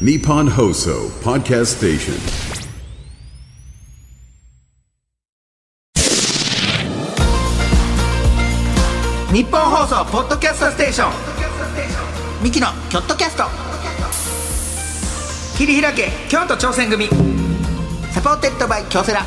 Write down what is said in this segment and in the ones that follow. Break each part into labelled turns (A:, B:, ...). A: Nippon Hoso Podcast Station.
B: 日本放送ポッドキャストステーションミキのキョットキャスト切り開け京都挑戦組サポーテッドバイ京セラ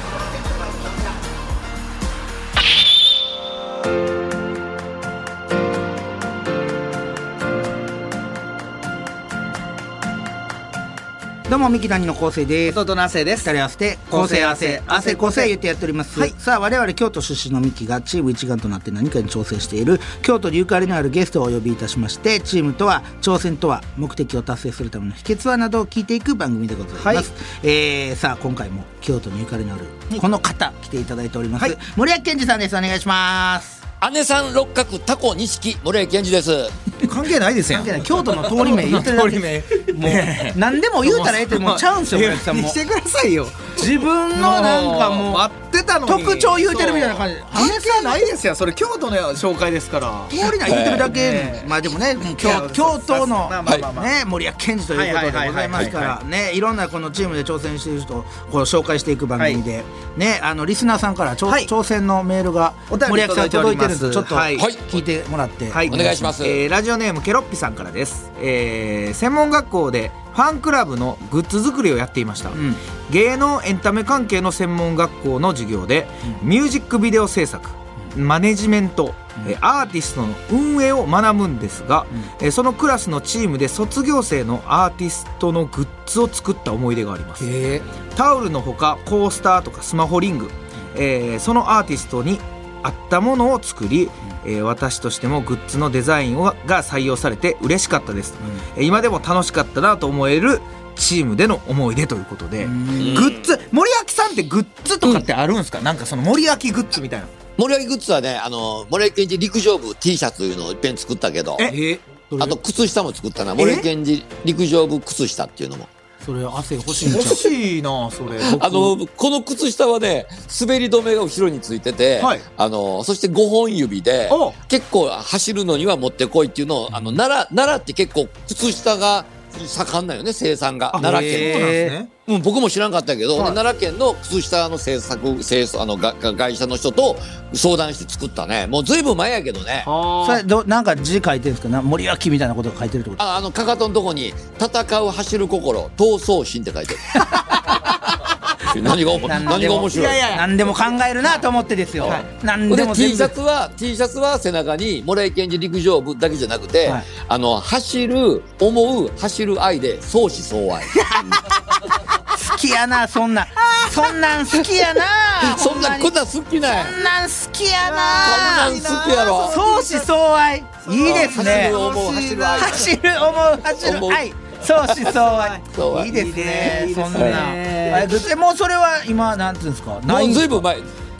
B: どうもミキ谷の構成です
C: 弟の亜生です
B: 二人合わせて構成汗汗構成言ってやっております、
C: はい
B: さあ我々京都出身のミキがチーム一丸となって何かに挑戦している京都流カリのあるゲストをお呼びいたしましてチームとは挑戦とは目的を達成するための秘訣はなどを聞いていく番組でございます、
C: はい
B: えーさあ今回も京都にゆかりのある
C: はい
B: この方来ていただいております、
C: はい
B: 森脇健児さんですお願いします
D: 姉さん六角タコ錦森脇健二です。
C: 関係ないですよ
B: 関係ない京都の通り名言ってるだけ
C: 通り名
B: もう何でも言うたらええってもうちゃうんすよ森脇さんも
C: してくださいよ
B: 自分のなんかもう
C: 待ってたのに
B: 特徴言うてるみたいな感じ
C: そう関係ないですよそれ京都の紹介ですから
B: 通りな言ってるだけ、
C: え
B: まあでもねもう京
C: いや
B: 京都の、
C: まあまあまあまあ
B: ね、森脇健児ということでございますか
C: はいはいはい
B: ら
C: は
B: ねいろんなこのチームで挑戦している人をこう紹介していく番組で、ね、あのリスナーさんから、ちょ
C: はい
B: 挑戦のメールが
C: お便り
B: 森脇さん届いてるんでちょっと
C: はい
B: 聞いてもらって、
D: お願いします
E: えーラジオネームケロッピさんからです、えー専門学校でファンクラブのグッズ作りをやっていました、
B: ん
E: 芸能エンタメ関係の専門学校の授業で、ミュージックビデオ制作マネジメント、えーアーティストの運営を学ぶんですが、えーそのクラスのチームで卒業生のアーティストのグッズを作った思い出がありますタオルのほかコースターとかスマホリング、えーそのアーティストに合ったものを作り、えー私としてもグッズのデザインをが採用されて嬉しかったです、えー今でも楽しかったなと思えるチームでの思い出ということで、グッズ森脇さんってグッズとかってあるんですか、なんかその森脇グッズみたいな
D: 森脇グッズはね、あの森脇健二陸上部 T シャツいうのをいっぺん作ったけど、
E: え
D: あと靴下も作ったな。森脇健二陸上部靴下っていうのも。
B: それ汗欲しいんちゃ
E: 欲
B: う
E: しいなそれ
D: あのこの靴下はね、滑り止めが後ろについてて、
E: はい
D: あのそして5本指で
E: お
D: 結構走るのには持ってこいっていうのをあの奈良奈良って結構靴下が盛んなんよね生産が奈良県
E: そうなんですね
D: うん、僕も知らんかったけど、俺奈良県の靴下の制作製作あのがが会社の人と相談して作ったねもうずいぶん前やけどねあ
B: それどなんか字書いてるんですかな森脇みたいなことが書いてるってこと
D: あのかかとのとこに「戦う走る心闘争心」って書いて る何がおも
B: 何でも
D: 何が面白い
B: 何でも考えるなと思ってですよ、何で
D: で
B: も
D: T シャ
B: 部
D: ツは T シャツは背中に村井健二陸上部だけじゃなくて、
B: はい
D: あの走る思う走る愛で相思相愛
B: 好きやなそんなそんなん好きやな
D: そんな
B: ほ
D: こ
B: まに
D: んなん好きなんや
B: そんなん好きや
D: こ
B: な
D: なん
B: ん
D: 好きやろ
B: 相思相愛いいですね
D: 走る思う走る愛
B: 走る思う走る
D: 思う
B: 愛相思相愛
D: そう
B: いいですね
C: いいですね
B: そんなあれでもうそれは今なんていうんですかな
D: も
B: い
D: うんず
B: で
D: い
B: すか
D: ぶん前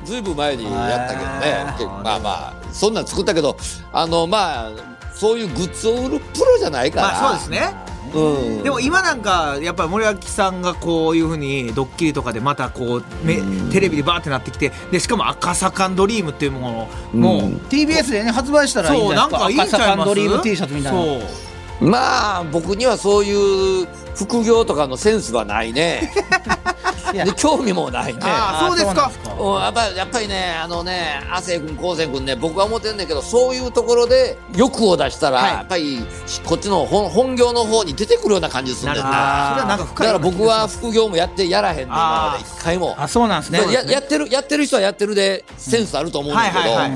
D: ずいぶん前にやったけどねけまあまあそんなん作ったけどあのまあそういうグッズを売るプロじゃないから、
E: まあそうですね
D: うん、
E: でも今なんかやっぱり森脇さんがこういうふうにドッキリとかでまたこうめテレビでバーってなってきてでしかも赤坂ドリームっていうものをもう
B: TBS でね発売したらいいん
E: そう
B: じ
E: な
B: ゃなんい
E: かいいん
B: です
E: ち
B: か
E: ゃい
B: 赤
E: ま
B: 坂
E: す
B: ドリーム T シャツみたいな
E: そう
D: まあ僕にはそういう副業とかのセンスはないね
B: いや
D: で興味もないね
E: あそうですか
B: そう
D: うんや
B: なん
D: っぱやっぱりね、あのね、亜生君、昴生君ね、僕は思ってんだけど、そういうところで欲を出したら、
B: はい
D: やっぱりこっちの本本業の方に出てくるような感じするんだよな。
B: あー
E: それはなんか
D: だ
E: 深い
D: から僕は副業もやってやらへんね、今まで一回も。
B: あそうなんですね
D: ややってるやってる人はやってるでセンスあると思うんだけど、
E: はいはい
B: はい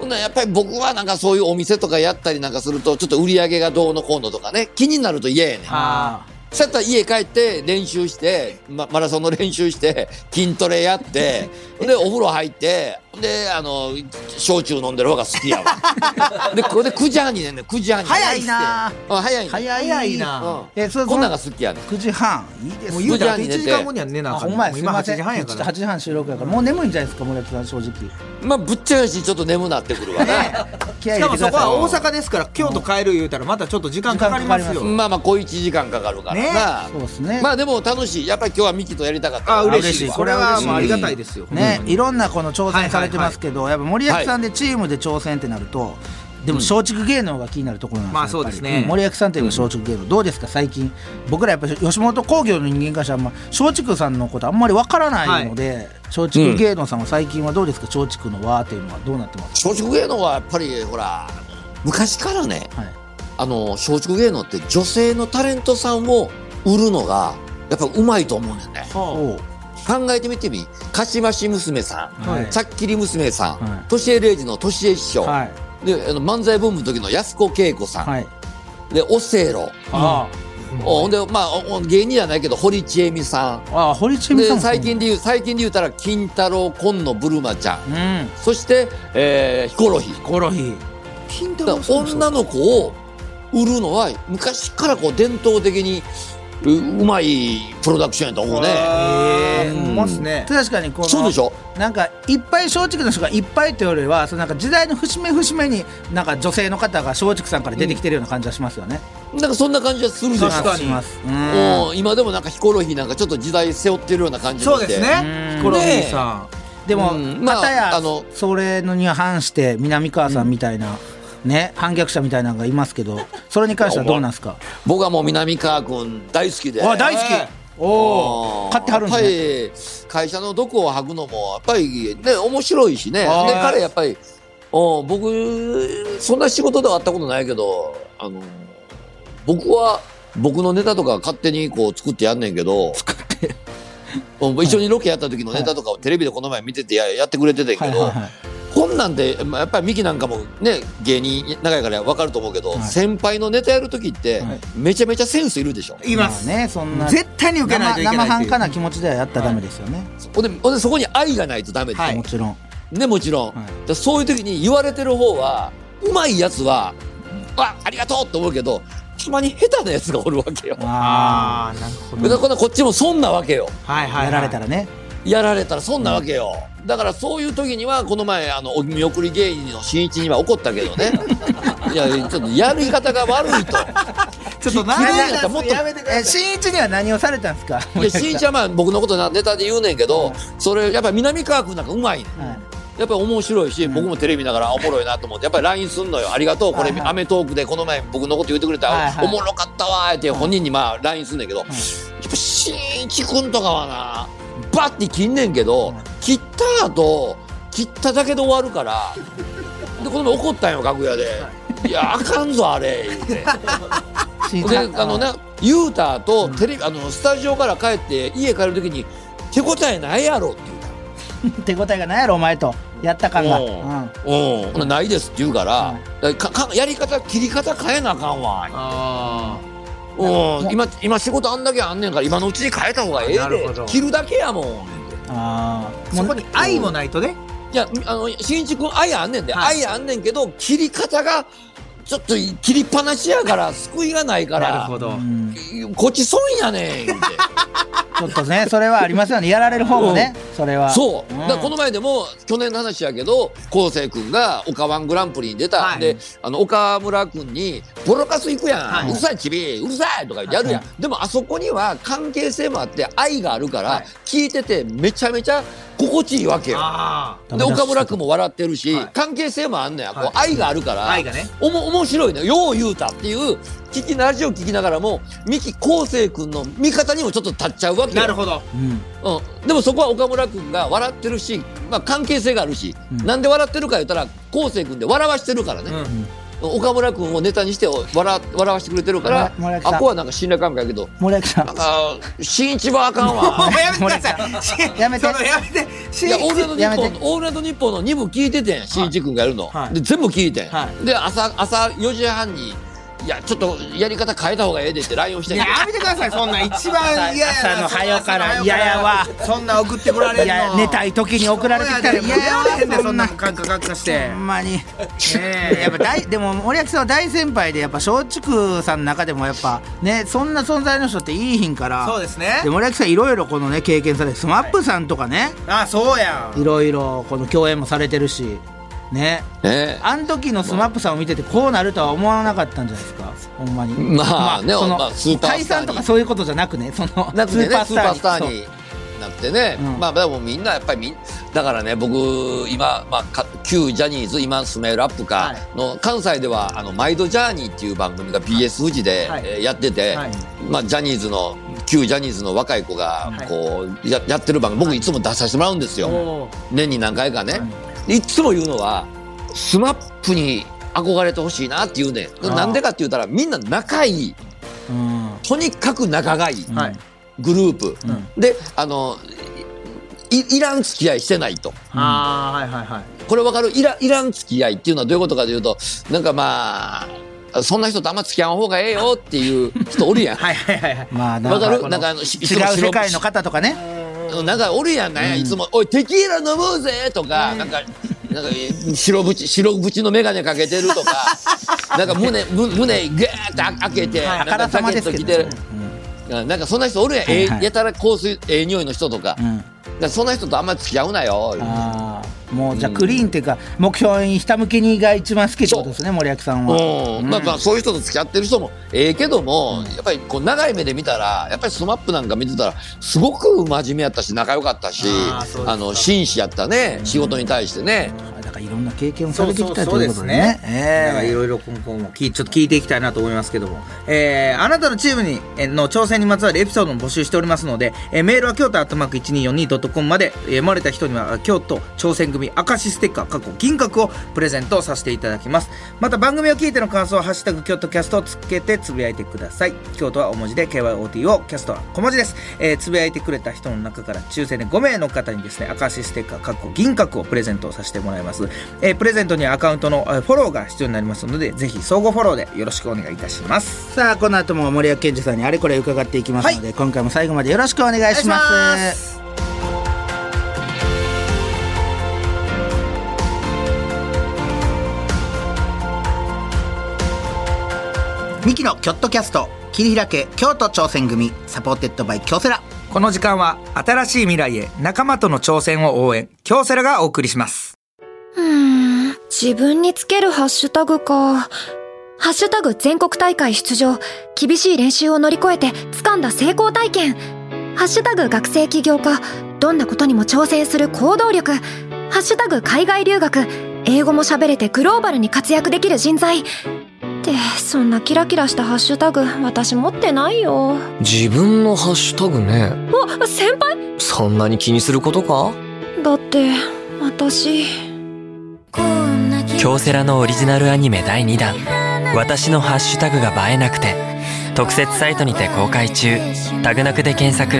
D: ほんならやっぱり僕はなんかそういうお店とかやったりなんかするとちょっと売り上げがどうのこうのとかね気になると嫌やねん
B: あ
D: そうやったら家帰って練習して、ま、マラソンの練習して筋トレやって でお風呂入ってであの焼酎飲んでる方が好きや わでこれで9時半にねんね9時半に
B: 早いな
D: あ早い
B: ー
D: ね
B: 早いな
D: うん
B: えそれ
D: こんなんが好きやねん
B: 9時半いいです
E: もう
B: ね
E: 言うたら
D: 9時半に
E: 1
D: 寝て
E: 時間後には寝なあ
B: あ
E: か
B: ほ
E: ん
B: んまやすい
E: 今
B: ま
E: 8
B: せん
E: 時半やか
B: 8
E: ら
B: 時半収録やからもう眠いんじゃないですか森脇さん正直
D: まあぶっちゃけしちょっと眠なってくるわな
B: 気合
E: しか
B: い入れて
E: もそこ
B: ください
E: は大阪ですから京都帰る言うたらまたちょっと時間かかります
B: 時間かかり
E: よ
D: まあまあ小一時間かかるからな、
B: そうですね
D: まあでも楽しいやっぱり今日はミキとやりたかった
E: あ
D: から
E: 嬉しい
B: 嬉しい
E: これはもう
D: こ
E: あ
D: れ
E: り
D: 嬉しい
E: がたいですよ
B: ね、いろんなこの挑戦されてますけど、やっぱ森脇さんでチームで挑戦ってなると、でも松竹芸能が気になるところなんですよ
E: まあそうですね
B: やっぱりん森脇さんといえば松竹芸能どうですか最近僕らやっぱり吉本興業の人間からしたらあんま松竹さんのことあんまりわからないので、松竹芸能さんは最近はどうですか松竹の輪というのはどうなってます
D: 松竹芸能はやっぱりほら昔からね
B: か、はい
D: あの松竹芸能って女性のタレントさんを売るのがやっぱうまいと思うねんね
B: おう
D: 考えてみてみかしまし娘さん、
B: はい
D: さっきり娘さん、
B: はい
D: としえ礼二のとしえ師匠、
B: はい
D: であの漫才ブームの時の安子恵子さん、
B: はい
D: でオセロ、
B: あ
D: ほんでまあおお芸人じゃないけど堀ちえみさ
B: あああ堀ちえ
D: ん
B: みさん
D: で
B: もそう
D: 最近で言う最近で言うたら金太郎紺野ブルマちゃん
B: うん
D: そして、えー、ヒコロヒー
B: ヒコロヒー
C: 金太
D: だ
C: 郎
D: から女の子を売るのは昔からこう伝統的にううまいプロダクションやと思うね。
E: ええ
D: うん
E: ほんまっすね
B: 確かにこの
D: そうでしょ
B: なんかいっぱい松竹の人がいっぱいというよりはそのなんか時代の節目節目になんか女性の方が松竹さんから出てきてるような感じがしますよね、
D: なんかそんな感じはするでしょ
C: 確かに
B: しますうん
D: うん今でもなんかヒコロヒーなんかちょっと時代背負ってるような感じが
E: そう
D: して
E: ですね
B: うん
E: ヒコロヒーさ
B: でも、
D: うんまあ
B: 片や
D: あの
B: それのには反して南川さんみたいな、ね反逆者みたいなのがいますけどそれに関してはどうなんですか
D: 僕はもう南川君大好きで
B: あ大好き
E: え
B: おお買ってはるんですね
D: やっぱり会社の毒を吐くのもやっぱりね面白いしねで彼やっぱりお僕そんな仕事ではあったことないけどあの僕は僕のネタとか勝手にこう作ってやんねんけど作って一緒にロケやった時のネタとかをテレビでこの前見ててややってくれててんけ
B: はい
D: ど、
B: はいはい
D: こんなんでまあやっぱりミキなんかもね芸人長いから分かると思うけど、
B: い
D: 先輩のネタやる時って
B: はい
D: めちゃめちゃセンスいるでしょ、
E: んいます
B: まあねそんな
E: 絶対に受けないといけない
B: 生
E: って
B: 半
E: いう
B: 可な気持ちではやったらダメですよね、
D: ほんでほんでそこに愛がないとダメでしょ、
E: はい
B: もちろん
D: ねもちろん、
B: はい
D: だからそういう時に言われてる方はうまいやつはあありがとうと思うけどたまに下手なやつがおるわけよ、
B: あ
E: ああなるほ
D: だから
E: ど
D: こんなこっちも損なわけよ
E: はい
B: あ
E: はい
B: やられた
E: ら
B: らね
D: やられたら損なわけよ、だからそういう時にはこの前あのお見送り芸人の新一には怒ったけどねいやちょっとやり方が悪いと
E: ちょ
D: 嫌
E: っとない
D: なやつもっと
E: やめてくだ
B: え
E: さい
B: 新一には何をされたんですか
D: で新一はまあ僕のことなネタで言うねんけど、それやっぱり南川君なんかうまいねん
B: はい
D: やっぱり面白いし、僕もテレビながらあおもろいなと思ってやっぱり LINE すんのよ「ありがとうこれ、
B: はいはい
D: アメトーク」でこの前僕のこと言ってくれた、
B: はいはい
D: おもろかったわ」って本人にまあ LINE すんねんけど、やっぱしんいちくんとかはなバッて切んねんけど、
B: はい
D: 切った後切っただけで終わるからでこの前怒ったんよ楽屋で「いやあかんぞあれ」言うて。
B: 新一
D: で
B: は
D: あのねユータとテレビ、あのスタジオから帰って家帰る時に「手応えないやろ」って言うた
B: 手応えがないやろお前とやった感が、
D: おう
B: うん
D: うん、ほなないですって言うから,、
B: う
D: かかやり方切り方変えなあかんわ、
E: あ
D: うん、今今仕事あんだけあんねんから今のうちに変えた方がええ
E: なるほ
D: で
E: ど
D: 切るだけやもん
B: あ
E: あそこに愛もないとね
D: いやあの新一君愛あんねんで、
E: はい
D: 愛あんねんけど切り方がちょっと切りっぱなしやから救いがないから
E: なるほ
B: あ、う
E: ど
B: ん、
D: こっち損やねん言うて
B: ちょっとねそれはありますよねやられる方もね、それは
D: そう、
B: ん
D: だからこの前でも去年の話やけど昴生君が岡ワングランプリに出た、
E: はい
D: であの岡村君に「ボロカス行くやん、
E: はいう
D: るさいちびうるさい」とか言ってやるやん、でもあそこには関係性もあって愛があるから、
E: はい
D: 聞いててめちゃめちゃ心地いいわけよ。
E: あ
B: ダメ
D: で
B: 出し
D: 岡村君も笑ってるし、
E: はい
D: 関係性もあんねや、
E: は
D: こ
E: いう
D: 愛があるから、
E: あ愛がね
D: おも面白いねよう言うたっていう聞きラジオ聞きながらも三木昴生君の味方にもちょっと立っちゃうわけよ
E: なるほど
B: うん
D: うん、でもそこは岡村君が笑ってるし、まあ、関係性があるし、
B: うん
D: なんで笑ってるか言ったら昴生君で笑わしてるからね、
E: うん
D: 岡村君をネタにしてお笑笑わしてくれてるから
B: あ村木さん
D: あこはなんか信頼関係やけど
B: 森脇さん
D: あー新一はあかんわ
E: もうやめてください
B: やめて
E: そのやめてし
D: いやオールナイトニッポ
B: や
D: ン
B: め
D: オールナイトニッポンの2部聞いててん新一君がやるの、
E: はい
D: で全部聞いてん、
E: は
D: で朝朝4時半に「いやちょっとやり方変えた方がええで」って LINE をして
E: い
D: ん
E: や
D: けど
E: やめてくださいそんなん一番嫌や
B: 朝の早から嫌やわ
E: そんな送ってこられる
B: いや
E: の
B: 寝たい時に送られてきたら
E: 嫌やわ
B: 嫌やわ
E: そんなカンカンカンカンして
B: ほんまに、やっぱ大でも森脇さんは大先輩でやっぱ松竹さんの中でもやっぱねそんな存在の人っていいひんから
E: そうですね
B: で森脇さんいろいろこのね経験されて SMAP さんとかね、
E: あそうや
B: い、ろいろこの共演もされてるしね
D: ね
B: あん時のスマップさんを見ててこうなるとは思わなかったんじゃないですかほんまに
D: まあね
B: その
D: まあスーパースターに
B: 解散とかそういうことじゃなくねその
D: なくてね
B: スーパー
D: スー
B: スターに
D: パースターになってね、
B: うん
D: まあでもみんなやっぱりみんだからね僕今、まあ、か旧ジャニーズ今スメールアップかの関西では「あのマイドジャーニー」っていう番組が BS フジで、
C: はい
D: えーやってて、
C: はい
D: まあ、ジャニーズの旧ジャニーズの若い子がこうややってる番組僕いつも出させてもらうんですよ。
C: おー
D: 年に何回かね、い、つも言うのはスマップに憧れてほしいなって言うねん
B: ー
D: なんでかって言ったらみんな仲いい
B: うん
D: とにかく仲がいい
C: はい
D: グループ、であのいいらん付き合いしてないと
C: あーはいはいはい
D: これ分かるいらいらん付き合いっていうのはどういうことかというとなんかまあそんな人とあんま付き合わん方がええよっていう人おる やん
C: はいはいはいはい
B: まあ
D: わかる
B: この
D: なんかあの
B: 違う
D: しいつも白
B: 世界の方とかね
D: なんかおるやんね、いつも「おいテキーラ飲もうぜ」とか、なんか。なんかえ白縁白縁の眼鏡かけてると かなんか胸む胸ぐーって開けて、な
B: あ
D: ん
B: か
D: からジ
B: さ
D: ャ
B: ま
D: ケ
B: で
D: ット
B: すけ
D: 着
B: ど
D: てる
B: ね、
D: うんなんかそんな人おるやん、ええ
B: はいはい
D: やたら香水ええ匂いの人とか,、
B: うん
D: だからそんな人とあんまり付き合うなよ
B: あーもうじゃあクリーンっていうか目標にひたむきにが一番好きってことですね森脇さんは
D: うんまあまあそういう人と付き合ってる人もええけども、やっぱりこう長い目で見たらやっぱりスマップなんか見てたらすごく真面目やったし仲良かったし
C: あーそうですか
D: あの紳士やったね、仕事に対してね。
B: だからいろんな経験を
E: そ
B: され
E: う
B: て
E: そ
B: き
E: う
B: た
E: そ
B: と
E: う
B: い
E: で
B: うこと
E: す
B: で
E: ね
B: ね。
E: だからい
B: え
E: ろいろ今後もきちょっと聞いていきたいなと思いますけども、えー、あなたのチームにえーの挑戦にまつわるエピソードも募集しておりますので、えー、メールは京都アットマーク 1242.com まで、えー、生まれた人には京都挑戦組明石ステッカー過去銀閣をプレゼントさせていただきますまた番組を聞いての感想は「ハッシュタグ京都キャスト」をつけてつぶやいてください京都は大文字で KYOT をキャストは小文字です、えー、つぶやいてくれた人の中から抽選で5名の方にですね明石ステッカー過去銀閣をプレゼントさせてもらいます、えー、プレゼントにはアカウントのえーフォローが必要になりますのでぜひ相互フォローでよろしくお願いいたします
B: さあこの後も森脇健児さんにあれこれ伺っていきますので、今回も最後までよろしくお願いします
E: お願いします
B: ミキのキョットキャスト切り開け京都挑戦組サポーテッドバイ京セラ
E: この時間は新しい未来へ仲間との挑戦を応援京セラがお送りします
F: うーん自分につけるハッシュタグか。ハッシュタグ全国大会出場。厳しい練習を乗り越えて掴んだ成功体験。ハッシュタグ学生起業家。どんなことにも挑戦する行動力。ハッシュタグ海外留学。英語も喋れてグローバルに活躍できる人材。って、そんなキラキラしたハッシュタグ私持ってないよ。
G: 自分のハッシュタグね
F: あ、先輩
G: そんなに気にすることか
F: だって、私。
G: 京セラのオリジナルアニメ第2弾「私のハッシュタグが映えなくて」特設サイトにて公開中タグなくで検索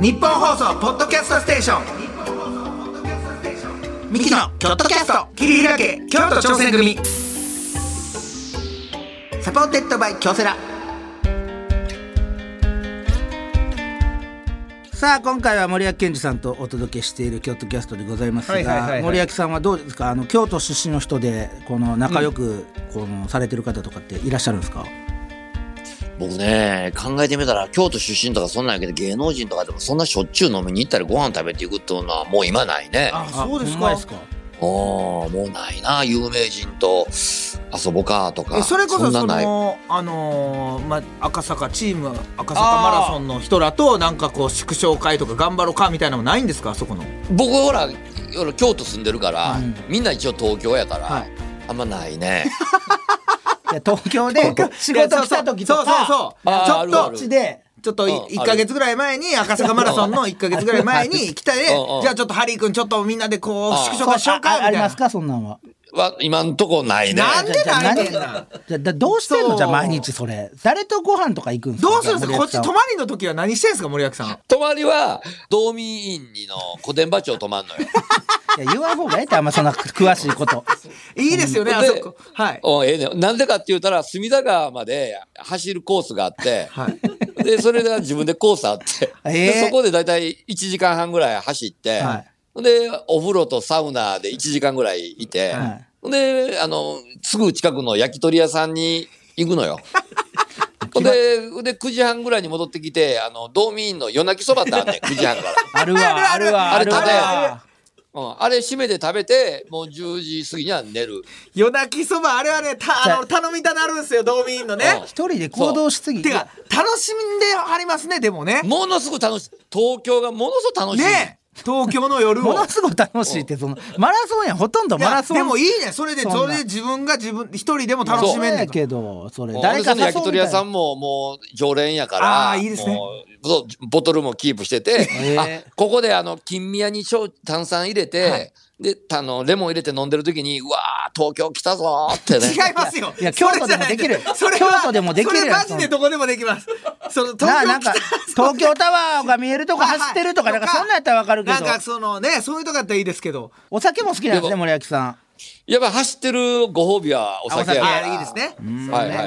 E: 日本放送ポッドキャストステーション
B: ミキのキョットキャスト
E: 切り開け京都挑戦組
B: サポーテッドバイ京セラさあ今回は森脇健児さんとお届けしている京都キャストでございますが、
E: はいはいはいはい
B: 森脇さんはどうですかあの京都出身の人でこの仲良くこのされてる方とかっていらっしゃるんですか、
D: 僕ね、考えてみたら、京都出身とかそんなんやけど、芸能人とかでもそんなしょっちゅう飲みに行ったりご飯食べていくっていうのはもう今ないね。あ
C: あそうです
B: ほんま
C: か
D: あ、もうないな。有名人と遊ぼかとか。
E: えそれこそ
D: んな
E: そ
D: ない。
E: のあのーまあ、赤坂チーム赤坂マラソンの人らとなんかこう祝勝会とか頑張ろうかみたいなのもないんですかあそこの
D: 僕ほら、ほら京都住んでるから、
B: うん
D: みんな一応東京やから、
B: はい
D: あんまないね。
B: いや東京で 仕事来た時と
E: そ
B: か
E: うそうそう
D: あー
E: ち
D: ある
E: ょ
D: ある
E: っと
B: こっちで
E: ちょっとい
D: うん
E: 1か月ぐらい前に赤坂マラソ ンの1か月ぐらい前に来たで
D: うんうん
E: じゃあちょっとハリー君ちょっとみんなでこう
D: あ
E: 祝勝会しようか
B: あ
E: み
B: あ
E: たい
B: り
E: な
B: ますかそんなんは
D: は今んとこないね。
E: なんで
B: じゃあじゃあ
E: ないねんな
B: 何じゃあだどうしてんのじゃあ毎日それ誰とご飯とか行くんですか
E: どうするんですかこっち泊
B: ま
E: まりの時は何してんすか森脇さん
D: 泊まりは、道民院の小伝馬町泊まんのよ。
B: いや言わん方がええってあんまそんな詳しい こと
E: いいですよねあ
D: で
E: そこはい
D: おええね、なんでかって言ったら隅田川まで走るコースがあって、
E: はい
D: でそれが自分でコースあって、
B: ええ
D: でそこで大体1時間半ぐらい走って、
B: は
D: でお風呂とサウナで1時間ぐらいいて、
B: は
D: であのすぐ近くの焼き鳥屋さんに行くのよ。でで9時半ぐらいに戻ってきてあの道民の夜泣きそばってあんねん9時半から。
B: あるわあるわ
D: あれ食べ
B: わ
D: うん、あれ締めて食べてもう10時過ぎには寝る
E: 夜泣きそばあれあれたあの頼みたなるんですよ道民のね
D: うん
B: 一人で行動しすぎ
E: てか楽しんではりますねでもね
D: ものすごく楽しい東京がものすごく楽しい、
E: ね東京の夜
B: も
E: を
B: のすごい楽しいってそのマラソンやんほとんどマラソ
E: い
B: ン
E: やでもいいねそれで
B: そんな
E: それで自分が自分一人でも楽しめんね
B: や
E: んから
B: けどそれ
D: もう
B: 誰か
D: お店の
B: 誘うみたいな
D: 焼き鳥屋さんももう常連やから
E: あーいいですね
D: もうそうボトルもキープしてて、
B: へー
D: あここであの金宮に小炭酸入れて、であのレモン入れて飲んでる時にうわー東京来たぞーってね
E: 違いますよ
B: いや
E: それ
B: 京都でもできる
E: じゃないそれは
B: 京都でもできるよ
E: それマジでどこでもできますその
B: な
E: 東
B: なん
E: 京来
B: か
E: た
B: 東京タワーが見えるとこ走ってるとかなんかそんなんやったらわかるけ
E: な
B: ど
E: んかそのねそういうとこだったらいいですけど
B: お酒も好きなんですね
D: でも
B: 森脇さん
D: やっぱ走ってるご褒美はお酒やか
E: あ
D: ら
E: いいですね
D: はいはい
E: あ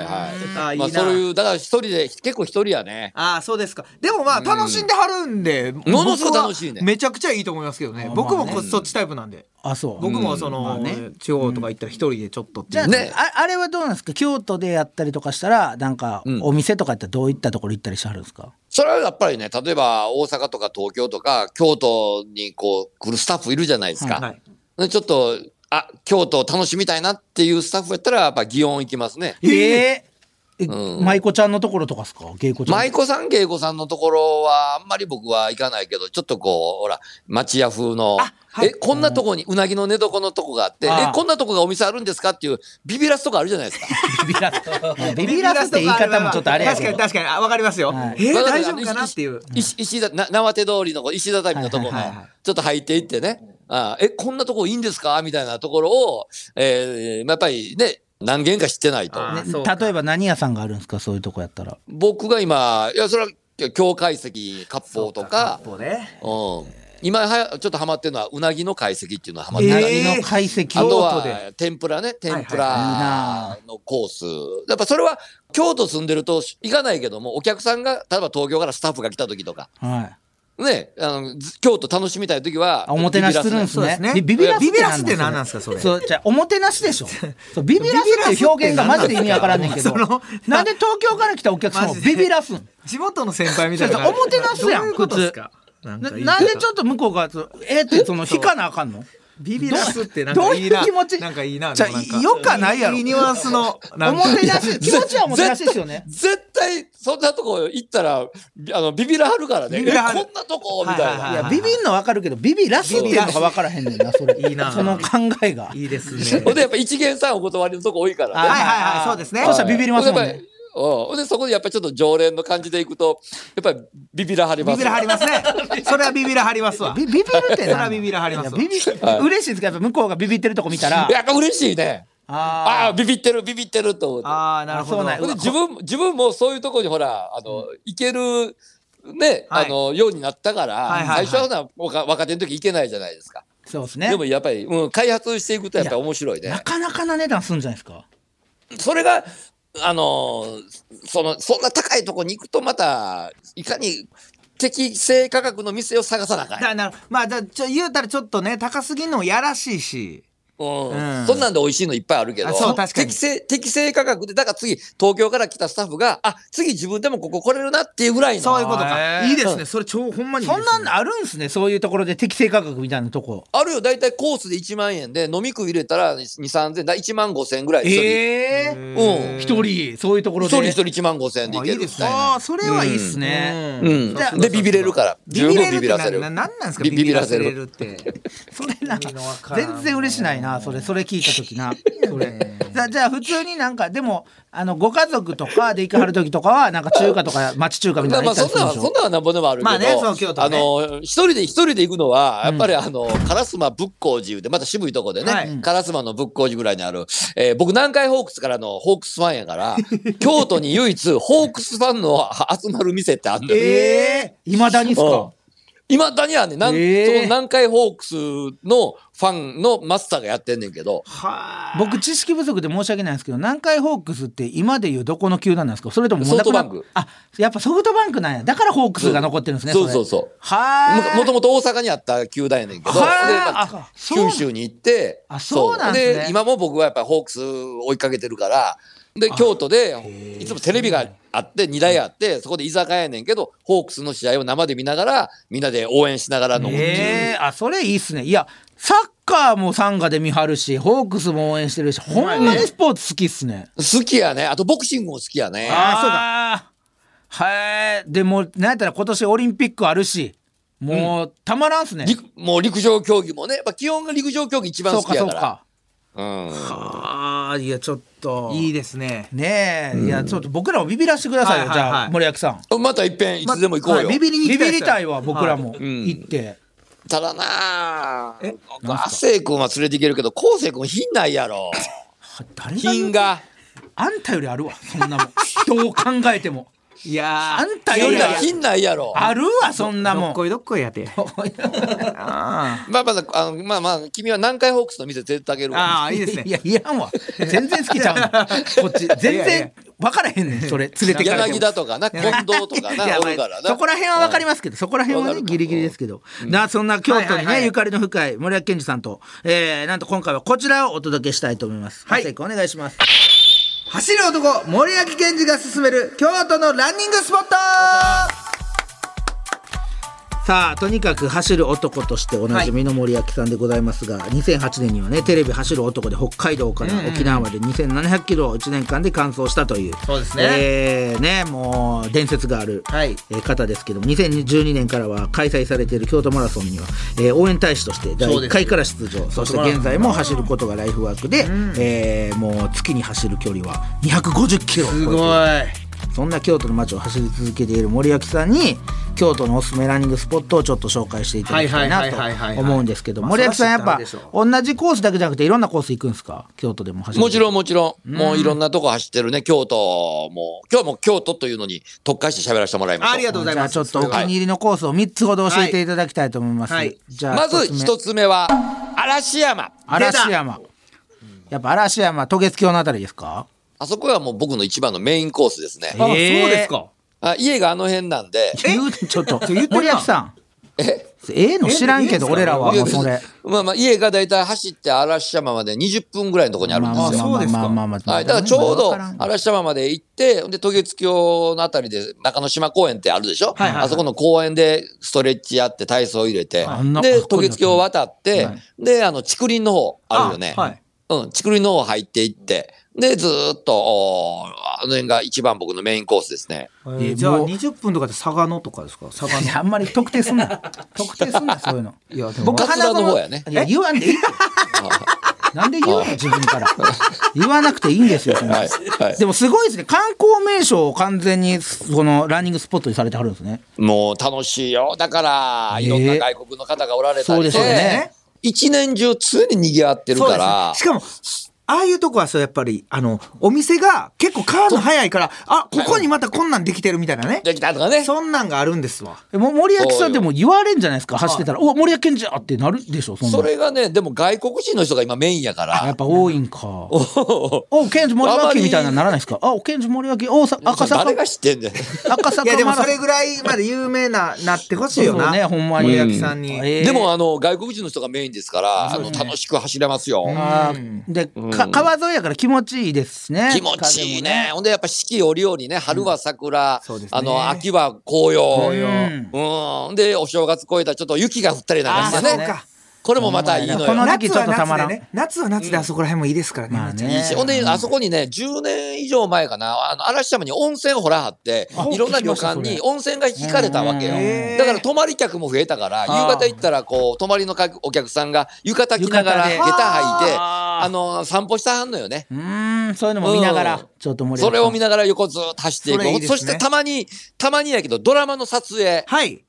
D: は
E: ーい
D: い。
E: い
D: ま
E: な
D: あそういうだから一人で結構一人やね。
E: ああそうですかでもまあ楽しんではるんで
D: ものすごく
E: 僕は
D: 楽しいね
E: めちゃくちゃいいと思いますけどね僕もこそっちタイプなんで
B: あそう
E: 僕もそ
B: まあ
E: の
B: ね
E: 地方とか行ったら一人でちょっとって
B: じ
E: い
B: ゃあ,、
E: う
D: ね
B: ああれはどうなんですか京都でやったりとかしたらなんか
D: ん
B: お店とかやったらどういったところ行ったりしてはるんですか、
D: それはやっぱりね例えば大阪とか東京とか京都にこう来るスタッフいるじゃないですか。
E: はい
D: でちょっとあ京都を楽しみたいなっていうスタッフやったらやっぱ祇園行きますね。
B: ええ舞妓ちゃんのところとかですか芸妓ちゃん
D: 舞妓さん芸妓さんのところはあんまり僕は行かないけどちょっとこうほら町屋風の、えこんなとこにうなぎの寝床のとこがあって
B: あー
D: えこんなとこがお店あるんですかっていうビビらすとこあるじゃないですか。
B: ビビラスもうビビラスって言い方もちょっとあれや
E: 確
B: け
E: かに
B: ど
E: 確かにあわかりますよ
B: はい
E: えー
D: まあだら
E: 大丈夫かなっていう
D: あの石石石田な縄手通りのこう石畳のところ
B: はいはいはいは
D: のちょっと入っていってね、あーえこんなとこいいんですかみたいなところを、えーまあやっぱりね何軒か知ってないと
E: あそうか
B: ね例えば何屋さんがあるんですかそういうとこやったら
D: 僕が今いやそれは京懐石割烹とか
E: そうね
D: うん、今はちょっとハマってるのはうなぎの懐石っていうのはハマって
B: う
D: る、
B: な
E: えー
B: ぎの解析
D: あと
E: 京都で
D: は天ぷらね天ぷ
E: はい
B: はいい
D: ら
B: いな
D: のコースやっぱそれは京都住んでると行かないけどもお客さんが例えば東京からスタッフが来た時とか
B: はい
D: ね、あのず京都楽しみたい時は
B: あおもてなしするんです
E: そうです
B: ね
E: ね。
B: ビビらす
E: ビビらすって何なんですかそ
B: それ
E: れ
B: そうじゃあおもてな しでしょ。そうビビらすっていう表現がマジで意味わからんねんけど。
E: その
B: なんで東京から来たお客さん
E: マ
B: を
E: ジで
B: ビビらすん？
E: 地元の先輩みたいな
B: そうそうおもてなすやん
E: どういうことですかなん
B: な
E: かいい
B: なんでちょっと向こうがえーってその引かなあかんの？
E: ビビらすってなん
B: どう
E: かい
B: い
E: いうな
B: 気持ち？
E: なんかいいな
B: じゃ
E: でもなん
B: あよかないやろ。
E: いいニュアンスのな
B: お
E: ん
B: も
E: か
B: て なし気持ちはおもてなしですよね。
D: 絶対そんなとこ行ったらあのビビらはるからね
E: ビビらはる
D: えこんなとこみたいな、
E: はいはい
B: い
E: はい
B: やビビんのわかるけどビビらすっていうのがわからへんねんなそれ。
E: いいな
B: その考えが。
E: いいですね
D: ほんでやっぱ一元さんお断りのとこ多いから
B: あ
D: ね
E: はいはいはいそうですね
B: そしたらビビりますもん
D: ほんでやっぱ。
B: ね
D: りうんほんでそこでやっぱりちょっと常連の感じでいくとやっぱりビビらはります
E: ビビらはりますねそれはビビらはりますわ
B: ビビビるって
E: それ
B: な
E: は
B: んなん。
E: ビビらはりますわ
B: ビビ嬉しいんですけどやっぱ向こうがビビってるとこ見たら
D: い。ややっぱ嬉しいね
B: あ
D: ああービビってるビビってると思って
E: ああなるほ
B: あそう
E: ど
B: なんや
D: ほんで自分自分もそういうとこにほらあの、行けるね、
E: は
D: あ
E: い
D: のようになったから、
E: いはいはい
D: 最初はほら若手の時行けないじゃないですか
B: ーそうですね。
D: でもやっぱり、うん、開発していくとやっぱり面白いね
B: なかなかな値段すんじゃないですか。
D: それが、あのーその、そんな高いとこに行くとまた、いかに適正価格の店を探さなあかん。
E: だなるまあだちょ言うたらちょっとね高すぎんのもやらしいし
D: うん
E: うん
D: そんなんで美味しいのいっぱいあるけど
E: あそう確かに
D: 適正適正価格でだから次東京から来たスタッフがあ次自分でもここ来れるなっていうぐらいの
E: そういうこと
B: へ
E: か
B: ー
E: いいですねそれ超ほんまにいい
B: そ
E: で
B: ん
E: すね
B: なんあるんすね。そういうところで適正価格みたいなとこ。
D: あるよ大体コースで1万円で飲み食い入れたら23000だ1万5000ぐらい一人、
B: ええー。
D: うん
B: 一人そういうところ
D: 一
B: で。
D: 人一人1万5000円でいける
E: あいいですね
B: ああそれはいいっすね。
D: う
E: うん
D: ん、
B: じゃあ
D: でビビれるから
E: ビ
D: 十
E: ビれ
D: 分
E: る
D: ビ
E: って
D: ビ
E: な
D: らせる
E: ななんなんですか
D: ビビらせる
E: ビビらせるっ て
B: それな
E: 意味のわからん
B: 全然嬉しないなそれそれ聞いた時な。それ。じゃあじゃあ普通になんかでもあのご家族とかで行かはる時とかはなんか中華とか町中華み
D: ま
B: たい
D: あま
B: なの行
D: あ
B: った
D: そん
B: りする
D: なんはそ
B: でしょ
D: ん。なんはなんぼでもあるけど、
E: まあねその京都
D: あ
E: ね
D: の一人で一人で行くのはやっぱりあの烏丸仏光寺いうてまた渋いとこでね、
E: はい
D: 烏丸の仏光寺ぐらいにある、えー僕南海ホークスからのホークスファンやから 京都に唯一ホークスファンの集まる店ってあんのよ。
B: ええー。未だにっすか。
D: いまだにはね、なん
B: えー
D: その南海ホークスのファンのマスターがやってんねんけど、
B: 僕知識不足で申し訳ないんですけど南海ホークスって今でいうどこの球団なんですかそれとももうなくな
D: ソフトバンク
B: あやっぱソフトバンクなんやだからホークスが残ってるんですね
D: そう
B: れ
D: そうそう
B: は
D: も
B: あ
D: もともと大阪にあった球団やねんけど、
B: はあ
D: でま
B: あ
D: あ
B: そう
D: 九州に行って、
B: あそうなんですね
D: 今も僕はやっぱりホークス追いかけてるから、で京都でいつもテレビがあって2台あってそこで居酒屋やねんけどホークスの試合を生で見ながらみんなで応援しながら飲むっていう、
B: ええあそれいいっすねいやサッカーも参加で見張るしホークスも応援してるしほんまにスポーツ好きっすね
D: 好きやねあとボクシングも好きやね
B: ああそうだはいでもなんやったら今年オリンピックあるしもうたまらんっすね、
D: 陸もう陸上競技もね、まあ、基本が陸上競技一番
B: そう
D: 好
B: か
D: き
B: そ
D: やか
B: う
D: ら
B: か
D: うん
E: ああいやちょっといいですね
B: ねえ、いやちょっと僕らもビビらしてくださいよ、
E: はいはいはい
B: じゃあ森脇さん
D: またいっぺんいつでも行こうよ、
E: ビビりに
B: ビ
E: 行きたいで
B: ビり
E: す
B: たいわ僕らも
D: ん
B: 行って、
D: ただなあ亜生君は連れて行けるけど昴生君品ないやろ
B: 誰が言
D: 品
B: う
D: が
B: あんたよりあるわそんなもんどう考えても
E: いや
B: あんたよ
D: 品
B: り
D: ない品ないやろ
B: あるわそんな
E: ー
B: も
E: ど
B: ん
E: っこいどっこいやてあ
D: まあまああのまあまあ君は南海ホークスの店絶対あげる
E: ー
D: わ
E: あーいいですね
B: いやいらんわ全然好きちゃうのこっち全
E: いやいや
B: 然分からへんねんそれ連れてかれて
D: 柳
B: も
D: 田とかな近藤とか
B: いや
D: なお
B: まあ
D: るからな
B: そこら辺は分かりますけど、そこら辺は
D: わ
B: ね
D: かる
B: ギリギリですけど、なそんな京都にね、
E: はいはいはい
B: ゆかりの深い森脇健児さんと、えー、なんと今回はこちらをお届けしたいと思います。
E: はい
B: 長谷君お願いします。
E: 走る男森脇健児が勧める京都のランニングスポット
B: さあとにかく走る男としておなじみの森脇さんでございますが、2008年にはねテレビ「走る男」で北海道から沖縄まで2700キロを1年間で完走したという
E: そうですね
B: えーねもう伝説がある、
E: はい
B: えー方ですけども2012年からは開催されている京都マラソンには、えー応援大使として第1回から出場そして現在も走ることがライフワークで、えーもう月に走る距離は250キロを超えているそんな京都の街を走り続けている森脇さんに京都のおすすめランニングスポットをちょっと紹介していただきたい
E: はいはいはいはい
B: な
E: はいは
B: と
E: い
B: 思うんですけど
E: まあ
B: 森脇さんやっぱ
E: そら知って
B: 同じコースだけじゃなくていろんなコース行くんですか京都でも走る
D: もちろんもちろん、もういろんなとこ走ってるね京都も今日も京都というのに特化して喋らせてもらいましょう
E: ありがとうござい
B: じゃ
E: ま
B: あ
E: す
B: ちょっとお気に入りのコースを3つほど教えていただきたいと思います、
E: はいはい
B: じゃあ
D: まず
B: 一つ目
D: 一つ目は嵐山
B: 嵐山やっぱ嵐山渡月橋のあたりですか
D: あそこはもう僕の一番のメインコースですね
E: あそう
B: えー
E: ですか
D: あ家があの辺なんで
B: 言うちょっと
E: 言ってるな
B: 森脇さんええの知らん
E: ええ
B: けど
E: んすか
B: 俺らはもうそれ
D: まあまあ家がだいたい走って嵐山まで20分ぐらいのところにあるんですよ。
E: まあそうですか
D: はい、だからちょうど
B: わらん
D: 嵐山まで行って、で、渡月橋のあたりで中之島公園ってあるでしょ、
E: はいはいはい
D: あそこの公園でストレッチやって体操入れて、
B: あんなかっこいい
D: で、
B: な
D: 渡月橋を渡って、
B: はい
D: で、あの、竹林の方あるよね。
E: あはい
D: うん、竹林の方入っていって、で、ずーっと、おーあの辺が一番僕のメインコースですね。
E: え
B: えー
E: ーじゃあ
B: もう
E: 20分とかで佐賀のとかですか佐賀
B: いやあんまり特定すん な特定すんなそういうの
E: いやでも
B: 僕
D: 桂の方やね
B: いや言わんでいいよなんで言うの自分から 言わなくていいんですよそんな
D: はいはい
B: でもすごいですね観光名所を完全にこのランニングスポットにされてはるんですね
D: もう楽しいよ。だから、いろんな外国の方がおられた
B: そう
D: り
B: で
D: です
B: よね
D: 一年中常に賑わってる
E: そう
D: か
E: ですね
D: ら、
E: しかもああいうとこはそうやっぱりあのお店が結構変わるの早いからあここにまたこんなんできてるみたいなね
D: できたとかね。
E: そんなんがあるんですわ
B: えも森脇さんでも言われんじゃないですか走ってたら「お森脇健児や!」ってなるでしょそんな
D: それがね、でも外国人の人が今メインやか
B: や
D: ら
B: っ。ぱ多いんか「お健児森脇」みたいなのならないですか「あお健児森脇おさ赤坂
D: 誰が知ってんねん。
B: 赤
E: いや
B: 坂
E: でも
B: マラ
E: そ
B: ソ
E: れ
B: ン
E: ぐらいまで有名ななってほしいよ
B: そう
E: な
B: ねほんまに
E: 森脇さんに、
B: えー
D: でもあの外国人の人がメインですから、あの楽しく走れますよ。
B: あーでか川沿いやから気持ちいいですね
D: 気持ちいいね。ほんでやっぱ四季折々ね、春は桜、
E: そうですね
D: あの秋は紅
B: ん
D: 葉、うん、でお正月越えたらちょっと雪が降ったりなんかして
E: あそう
D: ね。
E: か
D: これもまたいいの
B: この
D: よ。
B: 時期ちょっとたまらん
E: 夏は夏でね夏は夏であそこら辺もいいですからね,、
B: まあね
E: めっちゃいいし
D: ほんで、あそこにね、10年以上前かな、あの嵐山に温泉をほら張って、いろんな旅館
B: 聞きましたそれ
D: に温泉が引かれたわけよ
E: へ。ー
D: だから泊まり客も増えたから、夕方行ったら、こう、泊まりのかお客さんが浴衣着ながら、
B: 浴
D: 下駄
B: 衣で
D: 履いて、
B: あー
D: あの、散歩したはんのよね。
B: うーんそういうのも見ながら、
D: うん
B: ちょっと盛り
D: そ
B: 上が
D: れ
B: っ
D: を見ながら横ずっと走っていく。
E: それいいです
D: そ
E: ね
D: してたまに、たまにやけど、ドラマの撮影
E: はい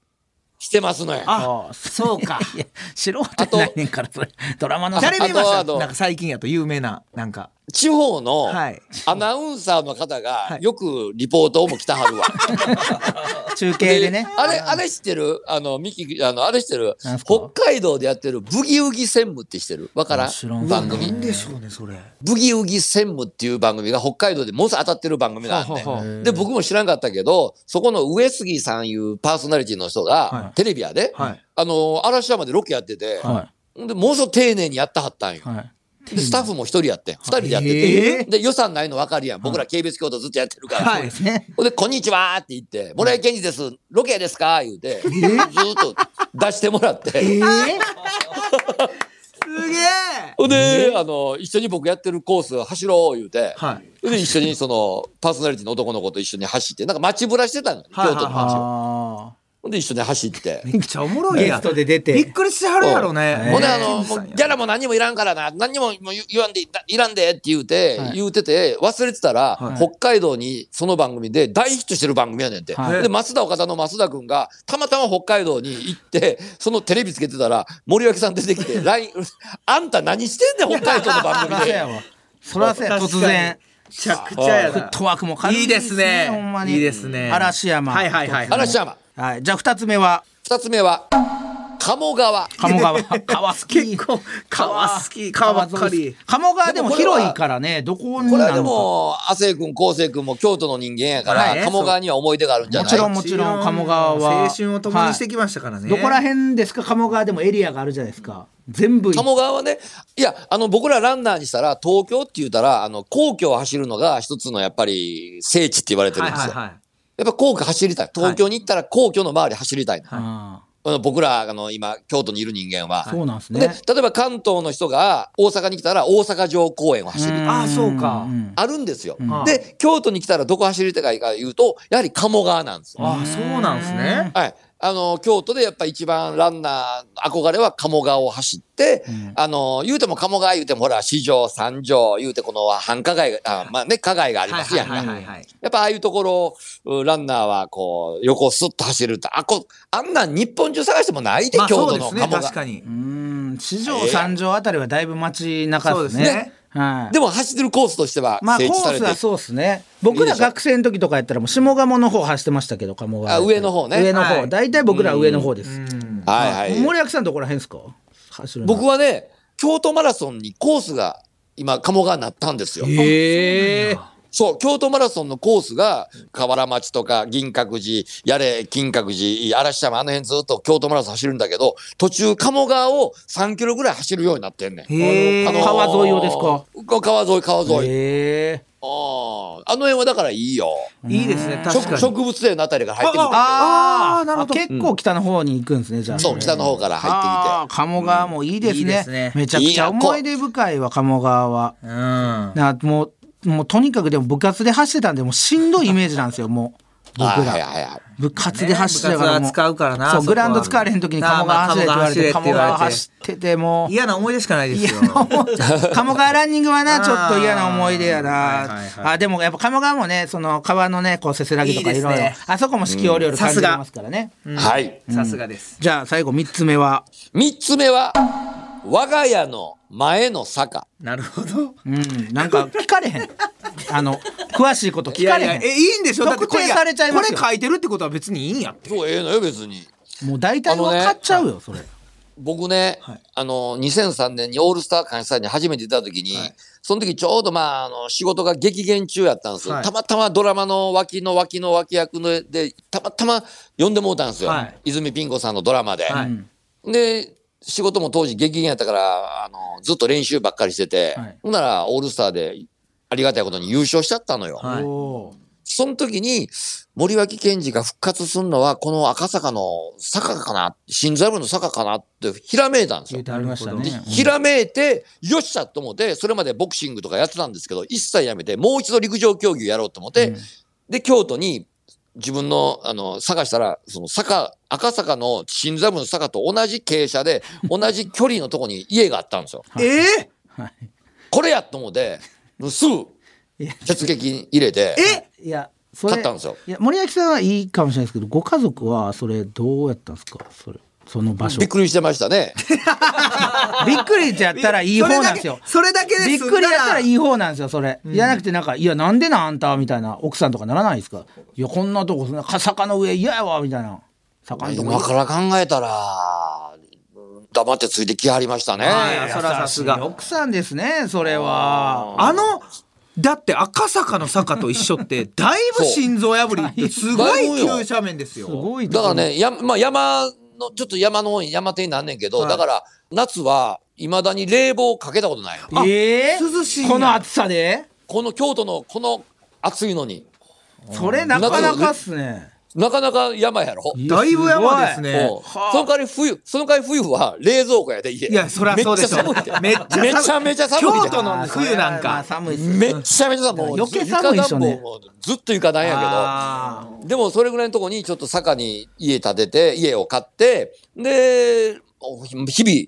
D: してますのよ。
E: あ
B: あ
E: そうか
B: いや素人じゃないねんからそれドラマの
E: 誰見ま
D: あ
E: し
D: とあと
E: たなんか最近やと有名ななんか
D: 地方の
E: はい
D: アナウンサーの方が
E: は、い
D: よくリポートをも来たは るわ。
B: 中継でね
D: あれ、あれ知ってるあの、ミキ、あの、あれ知ってる
B: なんすか
D: 北海道でやってるブギウギ専務ってしてるわから
B: 知らん
D: ん番組。
E: でしょうねそれ
D: ブギウギ専務っていう番組が北海道でものすごい当たってる番組なんで、で、僕も知らんかったけど、そこの上杉さんいうパーソナリティの人が、
E: はい
D: テレビやで、
E: はい
D: あの、嵐山でロケやってて、
B: は
D: ほんで、ものすごい丁寧にやったはったんよ。
B: いはい
D: でスタッフも一人やってん二人でやってて、で予算ないの分かるやん僕ら KBS 京都ずっとやってるから、
B: そうですね。
D: ほんで、こんにちはって言って、村井健二です、ロケですか言うて、ずーっと出してもらって、
E: すげえ
D: ほんで、あの、一緒に僕やってるコース走ろう言うて、
E: はい
D: ほんで、一緒にその、パーソナリティの男の子と一緒に走って、なんか街ぶらしてたのよ、京都の街を。
E: あ
D: ほんで、一緒に走って。
E: ーめっちゃおもろい
B: ゲ
E: や
B: ス
E: ん
B: トで出。
E: びってくりしてはるやろね
D: ほんで、
E: えー
D: あの、もうギャラも何にもいらんからな、何にももう言わんでい、いらんでって言うて、言うてて、忘れてたら、
E: はい
D: 北海道にその番組で大ヒットしてる番組やねんて。
E: はい
D: で、松田岡田の増田君が、たまたま北海道に行って、そのテレビつけてたら、森脇さん出てき て、LINE、あんた何してんねん、北海道の番組で。
B: そらせ突然。
E: めちゃくちゃや
B: フッ
E: な
B: トワークも軽いですね。
E: いいですね
B: ほんまに
E: いいですね
B: 嵐山。
E: はいはいはい
D: 嵐山。
B: はい。じゃあ二つ目は
D: 二つ目は、鴨川。
B: 鴨川。川好き。
E: 結構川好き川ばっかり
B: 鴨川でも広いからね。どこに
D: これ
B: な
D: は
B: る
D: で
B: のか。も
D: も、亜生君、昴生君も京都の人間やから、
E: はい
D: 鴨川には思い出があるんじゃない
B: ちろんもちろん鴨川は
E: 青春を共にしてきましたからね
B: どこら辺ですか鴨川でもエリアがあるじゃないですか。全部い
D: 鴨川はね、いや、あの、僕らランナーにしたら、東京って言ったら、あの、皇居を走るのが一つのやっぱり聖地って言われてるんですよ。
E: はいはいはい
D: やっぱ皇居走りたい。東京に行ったら皇居の周り走りたいの。
B: あ
D: あの僕ら、あの、今、京都にいる人間は。
B: ーそうなんです
D: で、
B: ね。
D: 例えば関東の人が大阪に来たら大阪城公園を走る。
E: ああそうか
B: うん
D: あるんですよ、
E: ん
D: で、京都に来たらどこ走りたいかいうと、やはり鴨川なんですよ。
E: ああそうなんですね
D: はい。あの、京都でやっぱ一番ランナー、憧れは鴨川を走って、あの、言うても鴨川言うてもほら、四条、三条、言うてこの繁華街が、あまあね、加害がありますやんか。
E: いはい
D: やっぱああいうところを、ランナーはこう、横をスッと走ると、あ、こ、あんなん日本中探してもないで、
E: まあ
D: 京
E: そう
D: 都
E: で
D: の
E: す
D: 鴨
E: ね
D: 川。
E: 確かに
B: うん。四条三条あたりはだいぶ街
E: そ
B: 中
E: うで
B: で
E: すす
B: ね。
E: ね
B: はい。
D: でも走ってるコースとしては
B: まあコ
D: 整地さ
B: ー
D: れ
B: ス
D: てる
B: はそうですね。僕ら学生の時とかやったらもう下鴨の方走ってましたけど鴨川。
D: あ上の方ね
B: 上の
E: は
B: 方。
E: い
B: 大体僕らは上の方です。
D: はいはい。
B: 森脇さんどこら辺ですか走るの
D: 僕はね、京都マラソンにコースが今、鴨川になったんですよ。
B: ええ
D: そう、京都マラソンのコースが、河原町とか銀閣寺、やれ、金閣寺、嵐山、あの辺ずっと京都マラソン走るんだけど、途中、鴨川を3キロぐらい走るようになってんねん。
E: へえ
D: あのー
B: 川沿いをですか
D: こ川沿い、川沿い。
B: え
D: あーあの辺はだからいいよ。
E: いいですね確か
D: 植
E: に
D: 植物園のあたりから入ってくるんだ
B: ああなるほど結構北の方に行くんですねじゃあ
D: けど。そう、北の方から入
B: あ
D: って
B: ー鴨川もいいですね,、
E: うんいいですね
B: めちゃくちゃ思い出深いわ鴨川は
E: うん
B: なもうもうとにかくでも部活で走ってたんでもうしんどいイメージなんですよもう
D: きて。はい
B: 僕
D: はい
B: ら
D: はいはい。
B: 部活で走ってたか
E: ね部活
B: らも
E: は使うからな
B: そ
E: そ
B: う
E: こ
B: グ
E: は
B: ラウンド使われへん時に鴨川走れって言われて
E: あーまあ
B: 鴨
E: 鴨川走れって言われて
B: 川走っててもう
E: 嫌な思い出しかないですよ
B: 鴨川ランニン グはな、ちょっと嫌な思い出や
E: あーはいはいは
B: な。あ、でもやっぱ鴨川もね、その川のね、こうせせらぎとかいろい
E: いい
B: ろ
E: です。
B: あそこも四季折々感
E: さ
B: じ
E: す
B: て
E: が
B: ますからね。
D: はい。
E: さすがです
B: じゃあ最後三つ目は、
D: 三つ目は、我が家の前の坂。
E: なるほど
B: うん、なんか聞かれへん。 あの、詳しいこと聞
E: いや
B: か
E: い
B: れ
E: や
B: へ
E: えいいんでしょだってこ
B: 特定されちゃいますよ
E: これ書いてるってことは別にいいんやって
D: そう、ええのよ、別に。
B: ん。もう大体分かっちゃうよ、それ。
D: 僕ね、あの、2003年にオールスター感謝祭に初めて出た時に、その時ちょうどまあ、あの、仕事が激減中やったんですよ。
E: はい
D: たまたまドラマの脇の脇の脇役ので、たまたま呼んでもうたんですよ。
E: はい
D: 泉ピン子さんのドラマで。
E: はい
D: で、仕事も当時激減やったから、あの、ずっと練習ばっかりしてて、
B: はい
D: ほんならオールスターで、ありがたいことに優勝しちゃったのよ。
E: はい
B: おー
D: その時に、森脇健児が復活するのは、この赤坂の坂かな、新座部の坂かなってひらめいたんです
B: 言
D: よ
B: う。てありました
E: な
B: ね
E: る。
D: ひらめいて、よっしゃと思って、それまでボクシングとかやってたんですけど、一切やめて、もう一度陸上競技をやろうと思って、で、京都に自分の、あの、探したら、その坂、赤坂の新座部の坂と同じ傾斜 で、同じ距離のとこに家があったんですよ。
E: ええ
D: これやと思って、すぐ、鉄撃に入れて、
B: いや、それ。
D: 買ったんですよ
B: いや、森脇さんはいいかもしれないですけど、ご家族はそれどうやったんですかそれ、その場所
D: びっ。くりしてましたね。
B: びっくりってやったらいい方なんですよ。
E: それだけそれだけ
B: び
E: で
B: っ
E: 済ん
B: くりやったらい
E: い
B: い方なんですよそれ、じゃなくてなんか「いやなんでなんあんた」みたいな奥さんとかならないですか「いやこんなとこそんな坂の上嫌やわ」みたいな坂のと
D: 今
B: こ
D: から考えたら、うん黙ってついてきはりましたね。
E: はいそらさすが
B: 奥さんですねそれは
E: あのだって赤坂の坂と一緒 ってだいぶ心臓破りってすごい急斜面ですよ
B: すごい
D: だから
B: ね
D: ね、やまあ、山の、ちょっと山の方に山手になんねんけど、だから、夏はいまだに冷房かけたことないの
B: ええ
E: 涼しいな
B: この暑さで
D: この京都のこの暑いのに
B: それなかなかっすね
D: なかなか山やろ
E: だいぶ山ですね
D: おうその代わり冬その代わり冬は冷蔵庫やで家
E: いやそりゃそうでしょ
D: めっちゃ寒い
E: めっち
D: め
E: ゃ寒い
D: ちゃめちゃ寒いで
E: 京都の冬なん
B: まあ
E: か
B: 寒いっす
D: めっちゃめちゃ寒いもう
B: 余計寒いっしょね
D: 床暖房もずっと床なんやけどでもそれぐらいのとこにちょっと坂に家建てて家を買ってで日々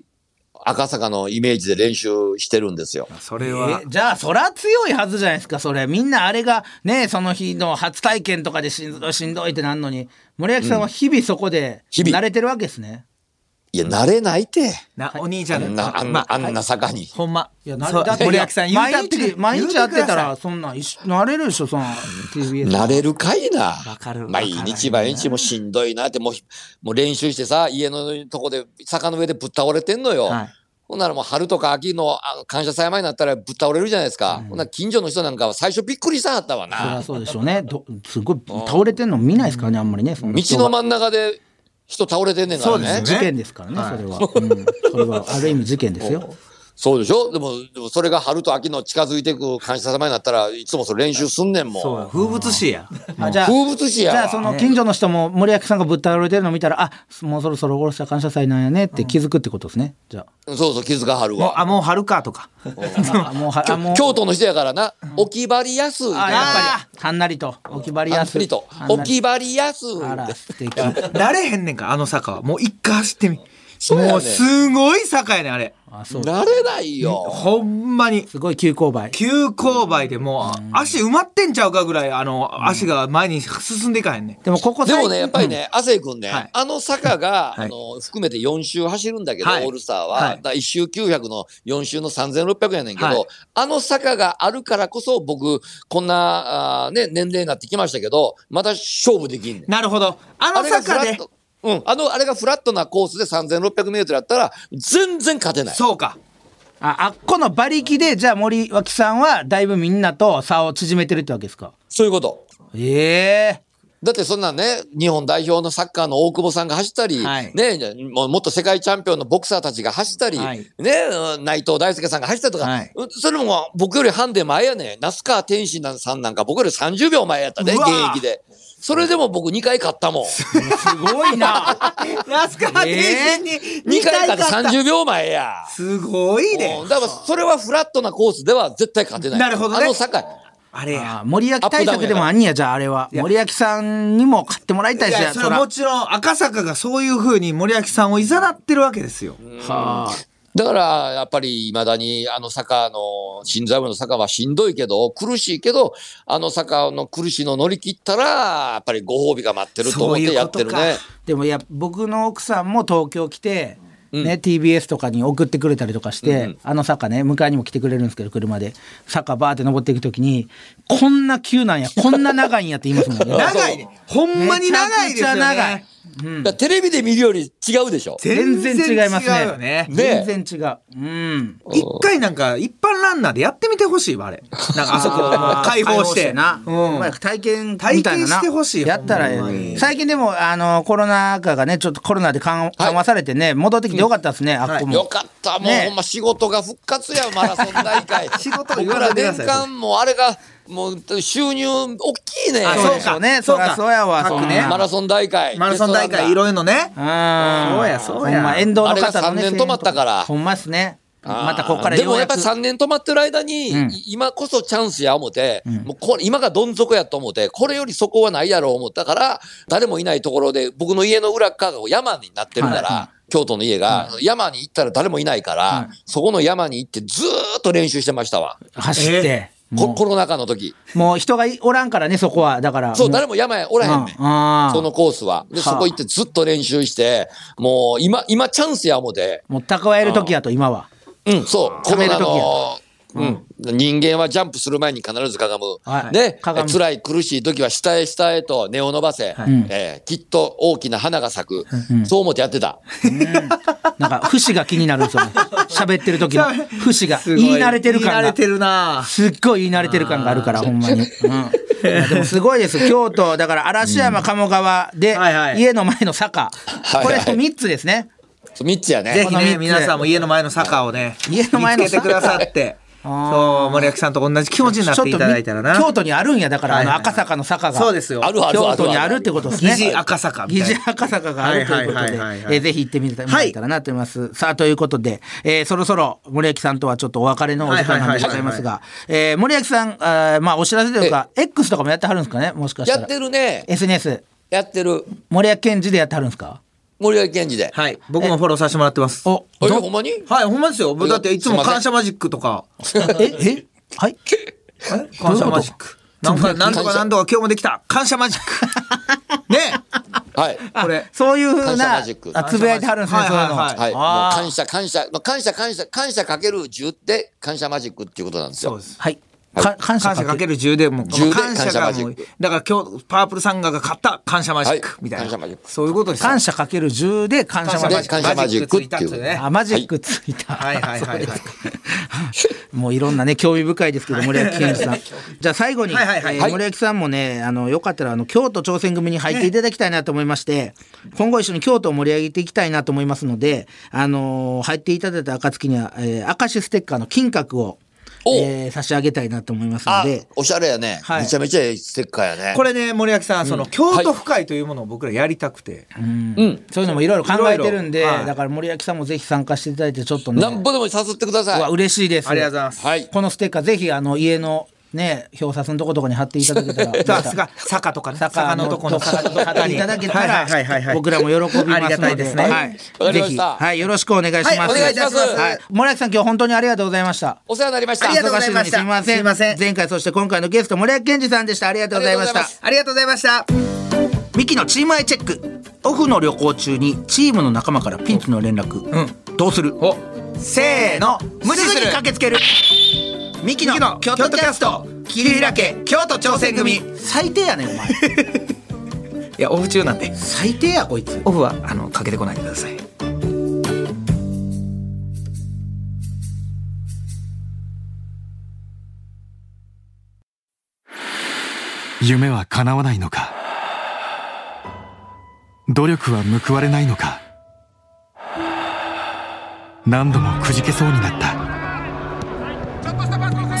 D: 赤坂のイメージで練習してるんですよ。
E: それは
B: えじゃあそら強いはずじゃないですかそれみんなあれがねその日の初体験とかでしんどいしんどいってなんのに森脇さんは日々そこで
D: 日々
B: 慣れてるわけですね、
D: いや慣れないって
E: なお兄ちゃ
D: あ
E: ん
D: んなあん
E: ま
D: なあんな坂に。
E: ほんま
B: そ
E: そうう森脇さん言う
B: 毎
E: たっ
B: 日
E: て
B: 毎日会ってた
E: 言う
B: ら
E: く
B: そんなん一緒慣れるでしょそんな TBS
D: 慣れるかいな
E: わかるわかる
D: 毎日毎日もうしんどいなってもうひもう練習してさ家のとこで坂の上でぶっ倒れてんのよ、
E: はい
D: ほんならもう春とか秋のあ感謝祭前になったらぶっ倒れるじゃないですか、ほんなら近所の人なんかは最初びっくりしたはったわ
B: そり
D: な
B: ゃそうでしょうねどすごい倒れてんの見ないですからねあんまりねそ
D: 道
B: の人
D: の
B: が
D: 真ん中で人倒れてんねんからね
E: そうです
B: 事
E: ね
B: 件ですからね、それは、うん、それはある意味事件ですよ
D: そうでしょでもでもそれが春と秋の近づいてく感謝祭前になったらいつもそれ練習すんねんもん
E: そうや風物詩や
B: あじゃあ
D: 風物詩や
B: じ
D: わ
B: ゃあその近所の人も森脇さんがぶっ倒れてるの見たら、あもうそろそろ殺した感謝祭なんやねって気づくってことですね。じゃ
D: そうそう気づかはる
E: もう
D: わ
E: あもう春かとか
B: あ。あもうはあもう
D: 京都の人やからな置き張りやすい
B: あやっぱ
E: あ
B: りはんなりと置き張り
D: た
B: や
D: っ
B: す
D: ぷりと
B: はんな
D: 置き張りやすい
B: あら素敵。
E: 慣れへんねんかあの坂はもう一回走ってみ
D: うやねん
E: もうすごい坂やねんあれ
B: あそう
D: 慣れないよ。
E: ほんまに
B: すごい急勾配。
E: 急勾配でもう足埋まってんちゃうかぐらいあの足が前に進んでいかへんねん
B: でもここ
D: でも
B: 最近
D: ね、やっぱりね、亜生君ね、
E: はい
D: あの坂が、
E: はい
D: あの、含めて4周走るんだけど、
E: はい
D: オールスターは、
E: はい
D: だから1周900の4周の3600やねんけど、
E: はい
D: あの坂があるからこそ、僕、こんな、あーね、年齢になってきましたけど、まだ勝負できんねん。
E: なるほどあ
D: あ
E: の
D: れがフラ
E: 坂
D: ッ
E: で
D: ト。うん、あの、あれがフラットなコースで3600メートルやったら、全然勝てない。
E: そうか
B: ああっこの馬力でじゃあ森脇さんはだいぶみんなと差を縮めてるってわけですか。
D: そういうこと。
B: ええ
D: だってそんなんね、日本代表のサッカーの大久保さんが走ったり、
B: はい
D: ね、もうもっと世界チャンピオンのボクサーたちが走ったり、
B: はい
D: ね、うん内藤大輔さんが走ったりとか、
B: はい
D: うんそれも僕よりハンデ前やね、那須川天心さんなんか僕より30秒前やったね、
E: う
D: 現
E: わ
D: 役で。それでも僕2回勝ったもん。
B: すごい な。
E: ラスカー天心に
D: 2
E: 2
D: 回
E: 回
D: 勝った
E: 勝った
D: 30秒前や。
E: すごいね
D: うんだからそれはフラットなコースでは絶対勝てない。
E: なるほどね
D: あの坂。
E: あれや
B: あ森脇対策でもあんにやじゃああれは森脇さんにも買ってもらいたい
E: い
B: し
E: やそれは
B: ら
E: もちろん赤坂がそういうふうに森脇さんをいざなってるわけですよ
B: はあ
D: だから、やっぱり、未だに、あの坂の、新座部の坂はしんどいけど、苦しいけど、あの坂の苦しいのを乗り切ったら、やっぱりご褒美が待ってると思ってやってる
E: そういう
D: ね
E: こ。
B: でもいや僕の奥さんも東京来て、ね、TBS とかに送ってくれたりとかして、あの坂ね迎えにも来てくれるんですけど車で坂バーって登っていく時にこんな急なんやこんな長いんやって言いますも んね
E: 長いねほんまに長いですよ
B: めちゃくちゃ長い
E: ね
D: だからテレビで見るより違うでしょ。
B: 全然違いま
E: 全
B: す
E: 然違うよ
B: ね
E: ね
D: ね
B: 全然違ううん
E: 一回なんか一般ランナーでやってみてほしいわあれなんかあそこもう解放して
B: な、
E: うん
B: まあ体験みたい
E: 体験
B: なな
E: してほしい
B: やったら
E: ほんまに
B: 最近でもあのコロナ禍がねちょっとコロナで緩緩和されてね、戻ってきてよかったですね、あっこも、
D: よかった、もう、
B: ね
D: ほんま仕事が復活 や、マラソン大会。
E: 仕事
D: 僕
E: 言わ
D: ら
E: んといてくだ
D: 年
E: さい
D: 間もうあれが、もう収入大きいね。
E: あ
B: そうでしょうね。
E: そ
B: そ
E: う
B: り
E: か
B: ゃそうやわ、
E: 各
B: そん
E: ね
B: な
D: マラソン大会。
E: マラソン大会いろいろね
B: あー
E: そうやそうや
B: ほんま沿道
D: あ
B: の方
D: れ
B: の
D: が
B: ね
D: 三年止まったから
B: ほんまっすね
D: あー
B: またこっから
D: で
B: よ
D: も
B: う
D: やっ
B: や
D: ぱ
B: く
D: り3年止まってる間に、
B: うん
D: い今こそチャンスや思て、もうこれ今がどん底やと思って、これよりそこはないやろう思ったから、誰もいないところで、僕の家の裏側が山になってるから、京都の家が、山に行ったら誰もいないから、そこの山に行ってずーっと練習してましたわ。
B: 走って
D: こ
B: も
D: コロナ禍の時。
B: うもう人がおらんからねそこはだから
D: そう、
B: も
D: 誰も山へおらへんねん。
B: あー
D: そのコースは。で、
B: はあ
D: そこ行ってずっと練習して、もう今、今チャンスや思て、
B: もう蓄える時やと今は
D: うん、そう、コ
B: 貯め
D: ロナ
B: る時や
D: の、うん、人間はジャンプする前に必ずかがむ。
B: はい
D: ね、
B: かがむ
D: え辛い苦しい時は下へ下へと根を伸ばせ、
B: い
D: えーきっと大きな花が咲く。そう思ってやってた。
B: なんか節が気になるんですよね喋ってる時の節が
E: すご
B: 言い慣れてる
E: 言
B: 感
E: い慣れ
B: が
E: てるな
B: すっごい言い慣れてる感があるからほんまに、うん、いやでもすごいです京都だから嵐山鴨川で、
E: はいはい
B: 家の前の坂、
D: いはい
B: これ3つですね
D: そう3つやね
C: ぜひね、皆さんも家の前の坂をね、
B: 家の前の
C: 見つけてくださって、
B: ー
C: そう、森脇さんと同じ気持ちになっていただいたらな。
B: ちょっとみ京都にあるんやだから、
C: はいはい
B: あの赤坂の坂が
C: そうですよ。
D: あるある
B: 京都にあるってことですね
C: 疑似赤坂み
B: 疑
C: たい
B: 似
C: な。
B: 赤坂があるということ
C: は
B: で、
C: いはいはいはいはい
B: えーぜひ行ってみてもらえたらなと思います。さあということで、えーそろそろ森脇さんとはちょっとお別れのお時間なんでございますが、えー森脇さん、あーまあお知らせというか X とかもやってはるんですかねもしかした
D: や
B: ら。
D: ってるね
B: SNS
D: やってる
B: 森脇健児でやってはるんですか。
D: 森脇健児で
C: はい。僕もフォローさせてもらってます。
B: お
D: あれほんまに
C: はい、ほんまですよ。だっていつも感謝マジックとか、
B: ええはい。
C: 感謝マジック。なんか、なんとかなんとか今日もできた。感謝マジック。ね
D: はい
C: これ。
B: そういうふう
D: 感謝
B: な
D: マジック
B: あつぶやいてはるんですね、
C: はい
B: そういう
C: はい
B: の。
C: はい
D: はい、もう
B: あー
D: 感謝感謝、まあ、感謝感謝感謝かける10って感謝マジックっていうことなんですよ。
C: す。
B: はい。か感謝
C: 感謝
B: か
C: か
B: け
C: け
B: る。
C: る10でもう
D: 10で
C: 感謝が
D: 感謝
C: も
D: マ
C: う
D: ジック
C: だから今日パープルサンガが買った感謝マジッ
D: はい
C: クみたい
D: 感謝マジ
C: な
D: ック
C: そういうことですよ
B: 感謝かける10で感謝マジック。
D: で感謝マジックっていう
C: マジックつたね
B: あマジックついた。
C: はいはいはいはい
B: もういろんなね興味深いですけど森脇健児さん。じゃあ最後に、
C: はいはいはい
B: えー森脇さんもねあのよかったらあの京都挑戦組に入っていただきたいなと思いまして、今後一緒に京都を盛り上げていきたいなと思いますので、あのー入っていただいた暁には、えー、明石ステッカーの金閣を、
D: お
B: えー差し上げたいなと思いますの
D: あ
B: で、
D: おしゃれやね、
B: はい
D: めちゃめちゃええステッカーやね。
C: これね森脇さんその京都府会というものを僕らやりたくて
D: うん、
B: そういうのもいろいろ考えてるんで
C: いろいろはい
B: だから森脇さんもぜひ参加していただいてちょっとね
D: なんぼでもさすってくだ
B: うわ
D: さい。
B: 嬉しいです。
C: ありがとうございます
D: はい。
B: このステッカーぜひあの家のね表札のとことかに貼っていただけたら
C: さすが坂とかね
B: 坂
C: 坂
B: の
C: の
B: と
C: と
B: こ
C: こ
B: の
C: の
B: 坂
C: 坂
B: の
C: のとこ
B: 方
C: の
B: にいただけた
C: はいはいはい
B: ら
C: はい
B: 僕らも喜びますので
C: ありがたいですね
B: はい
D: わかり
B: ぜ
D: ま
B: ひ
D: した
B: はいよろしくお願いします
D: はいお願いします
B: はい森脇さん今日本当にありがとうございました
D: お世話になりました。
C: ありがとうございました
B: 忙のにすみません前回そして今回のゲスト森脇健児さんでしたありがとうございまし
D: ありがとうござい
B: た
D: ます
C: ありがとうございました
B: ミキのチームアイチェックオフの旅行中にチームの仲間からピンチの連絡
C: うん
B: どうする
C: おせーの無視
B: す
C: す
B: ぐに
C: る
B: 駆けつけるミキの京都キャスト桐平家京都挑戦組最低やねんお
C: い
B: 前
C: やオフ中なんで
B: 最低やこいつ
C: オフはあのかけてこないでください
H: 夢は叶わないのか努力は報われないのか何度もくじけそうになった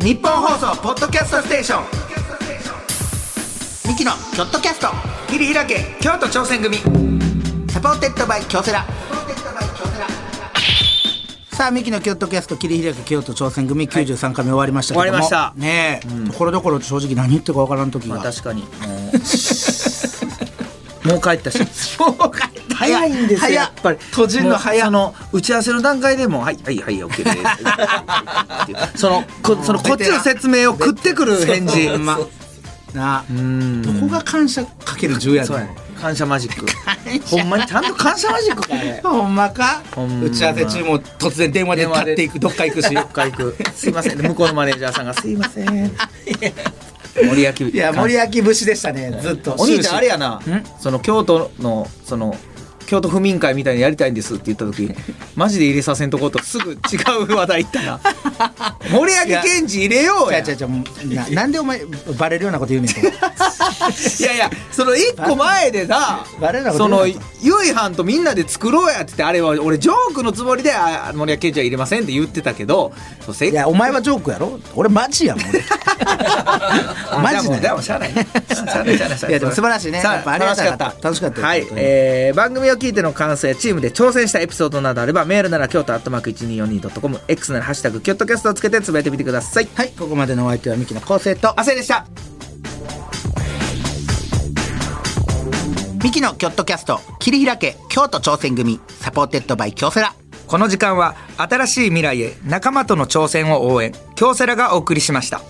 B: 日本放送ポッドキャストステーションミキのキョットキャスト桐平家京都挑戦組サポーテッドバイ京セラさあミキのキョットキャスト桐平家京都挑戦組93回目終わりましたけども、
C: 終わりま
B: ねえ、ところどころ正直何言ってるかわからん時が、
C: 確かにもう帰ったし
B: そうか
C: 早いんですよ
B: 早
C: やっぱり
B: 閉じるの早
C: もうその打ち合わせの段階でもうはいはいはい OK ですそのこそのこっちの説明を食ってくる返事
B: ほんまなあどこが感謝かける10やね
C: そうや
B: ん
C: ね感謝マジックほんまにちゃんと感謝マジッ クかね
B: ほんまか
C: んま
B: 打ち合わせ中も突然電話で立ってい くどっか行くし
C: どっか行くすいませんで向こうのマネージャーさんがすいませ ん森脇
B: いや森脇節でしたねずっと
C: お兄ちゃんあれ
B: や
C: やなその京都のその京都府民会みたいにやりたいんですって言った 時マジで入れさせんとこうとすぐ違う話題行った な森脇健児入れようや
B: ちゃちゃもうななんでお前バレるようなこと言うねん と
C: いやいやその一個前でさ
B: 誰なの
C: その
B: 誰
C: ゆ
B: ない
C: はんとみんなで作ろうやって言ってあれは俺ジョークのつもりであ森脇健児は入れませんって言ってたけどそうせっ
B: いやお前はジョークやろ俺マジや もん俺マジ
C: で。
B: だ
C: で
B: よ
C: もしゃあないね。しゃあないしゃあないしゃあない
B: いやでも素晴らしいね
C: さあ
B: やっぱありが
C: 楽
B: た
C: し
B: か
C: か
B: っ
C: ったた。
B: 楽しかったよ
C: は
B: 本
C: い
B: 当。に
C: えー番組を聞いての感想やチームで挑戦したエピソードなどあれば、メールなら京都アットマーク 1242.com、X ならハッシュタグ、キョットキャストをつけてつぶやいてみてください。
B: はいここまでのお相手はミキの昴生と
C: あせいでした。
B: ミキのキョットキャスト切り開け京都挑戦組サポーテッドバイ京セラ
C: この時間は、新しい未来へ仲間との挑戦を応援、京セラがお送りしました。